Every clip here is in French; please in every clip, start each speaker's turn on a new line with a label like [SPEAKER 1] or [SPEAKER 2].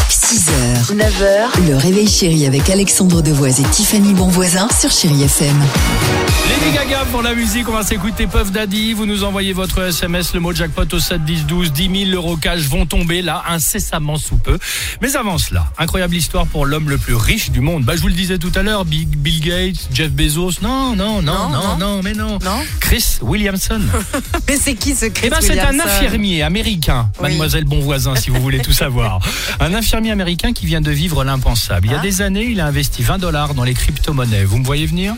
[SPEAKER 1] 6h, 9h, le réveil chéri avec Alexandre Devoise et Tiffany Bonvoisin sur Chéri FM.
[SPEAKER 2] Lady Gaga pour la musique, on va s'écouter Puff Daddy. Vous nous envoyez votre SMS, le mot jackpot au 7 10 12, 10 000 euros cash vont tomber là incessamment sous peu. Mais avant cela, incroyable histoire pour l'homme le plus riche du monde. Bah je vous le disais tout à l'heure, Big Bill Gates, Jeff Bezos, non non non non non, mais non.
[SPEAKER 3] Non.
[SPEAKER 2] Chris Williamson.
[SPEAKER 3] Mais c'est qui ce Chris
[SPEAKER 2] Eh ben c'est un
[SPEAKER 3] Williamson
[SPEAKER 2] infirmier américain, mademoiselle Bonvoisin si vous voulez tout savoir. Un infirmier américain qui vient de vivre l'impensable.
[SPEAKER 3] Ah.
[SPEAKER 2] Il y a des années, il a investi 20 dollars dans les crypto-monnaies. Vous me voyez venir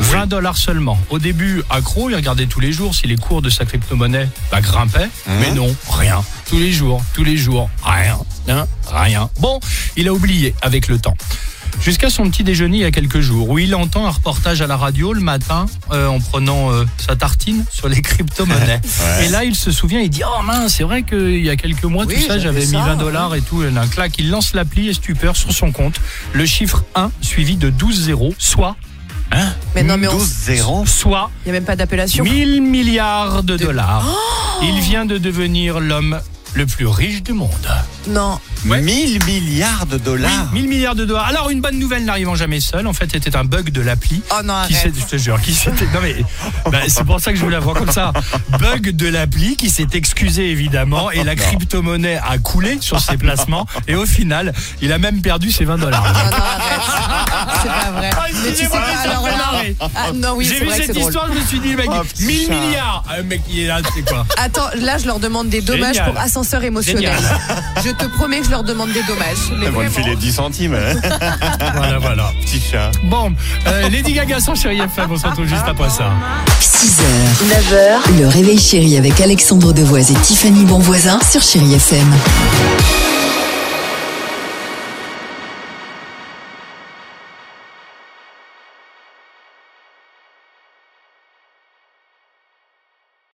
[SPEAKER 2] 20 dollars seulement. Au début, accro, il regardait tous les jours si les cours de sa crypto-monnaie bah, grimpaient.
[SPEAKER 3] Hein
[SPEAKER 2] Mais non, rien. Tous les jours, tous les jours, rien, hein, rien. Bon, il a oublié avec le temps. Jusqu'à son petit déjeuner il y a quelques jours, où il entend un reportage à la radio le matin euh, en prenant euh, sa tartine sur les crypto-monnaies. Et là, il se souvient, il dit Oh mince, c'est vrai qu'il y a quelques mois,
[SPEAKER 3] Oui,
[SPEAKER 2] tout ça,
[SPEAKER 3] j'avais
[SPEAKER 2] j'avais mis
[SPEAKER 3] ça,
[SPEAKER 2] 20 dollars et tout. Et d'un clac, il lance l'appli et stupeur sur son compte. Le chiffre 1 suivi de 12 zéros, soit,
[SPEAKER 3] Mais Eh non, mais on-
[SPEAKER 4] 12-0.
[SPEAKER 2] soit
[SPEAKER 3] il n'y a même pas d'appellation.
[SPEAKER 2] 1000 milliards de dollars.
[SPEAKER 3] Oh
[SPEAKER 2] il vient de devenir l'homme le plus riche du monde.
[SPEAKER 3] Non.
[SPEAKER 4] 1000 milliards de dollars.
[SPEAKER 2] 1000 milliards de dollars. Alors, une bonne nouvelle n'arrivant jamais seule. En fait, c'était un bug de l'appli.
[SPEAKER 3] Oh non,
[SPEAKER 2] qui s'est,
[SPEAKER 3] arrête.
[SPEAKER 2] je te jure, qui s'était, non mais, bah, c'est pour ça que je vous la vois comme ça. Bug de l'appli qui s'est excusé évidemment et la crypto-monnaie a coulé sur ses placements et au final, il a même perdu ses 20 dollars.
[SPEAKER 3] Ah non, arrête. C'est pas vrai.
[SPEAKER 2] Ah,
[SPEAKER 3] Mais tu sais
[SPEAKER 2] excusez-moi,
[SPEAKER 3] pas,
[SPEAKER 2] ça me
[SPEAKER 3] alors
[SPEAKER 2] fait
[SPEAKER 3] là.
[SPEAKER 2] marrer.
[SPEAKER 3] Ah non, oui,
[SPEAKER 2] J'ai
[SPEAKER 3] c'est
[SPEAKER 2] vu
[SPEAKER 3] vrai que c'est
[SPEAKER 2] cette
[SPEAKER 3] drôle.
[SPEAKER 2] histoire, je me suis dit, le mec,
[SPEAKER 4] Oh, petit
[SPEAKER 2] 1000
[SPEAKER 4] chat.
[SPEAKER 2] milliards. Ah, Le mec, il est là, c'est quoi
[SPEAKER 3] Attends, là, je leur demande des dommages
[SPEAKER 2] Génial.
[SPEAKER 3] pour ascenseur émotionnel.
[SPEAKER 2] Génial.
[SPEAKER 3] Je te promets que je leur demande des dommages. Mais
[SPEAKER 4] Elles vont le filer
[SPEAKER 3] vraiment.
[SPEAKER 4] 10 centimes, hein,
[SPEAKER 2] Voilà, voilà.
[SPEAKER 4] petit chat.
[SPEAKER 2] Bon, euh, Lady Gaga sans chérie FM, on se retrouve juste après ça.
[SPEAKER 1] 6h, 9h, le réveil chéri avec Alexandre Devoise et Tiffany Bonvoisin sur Chéri FM.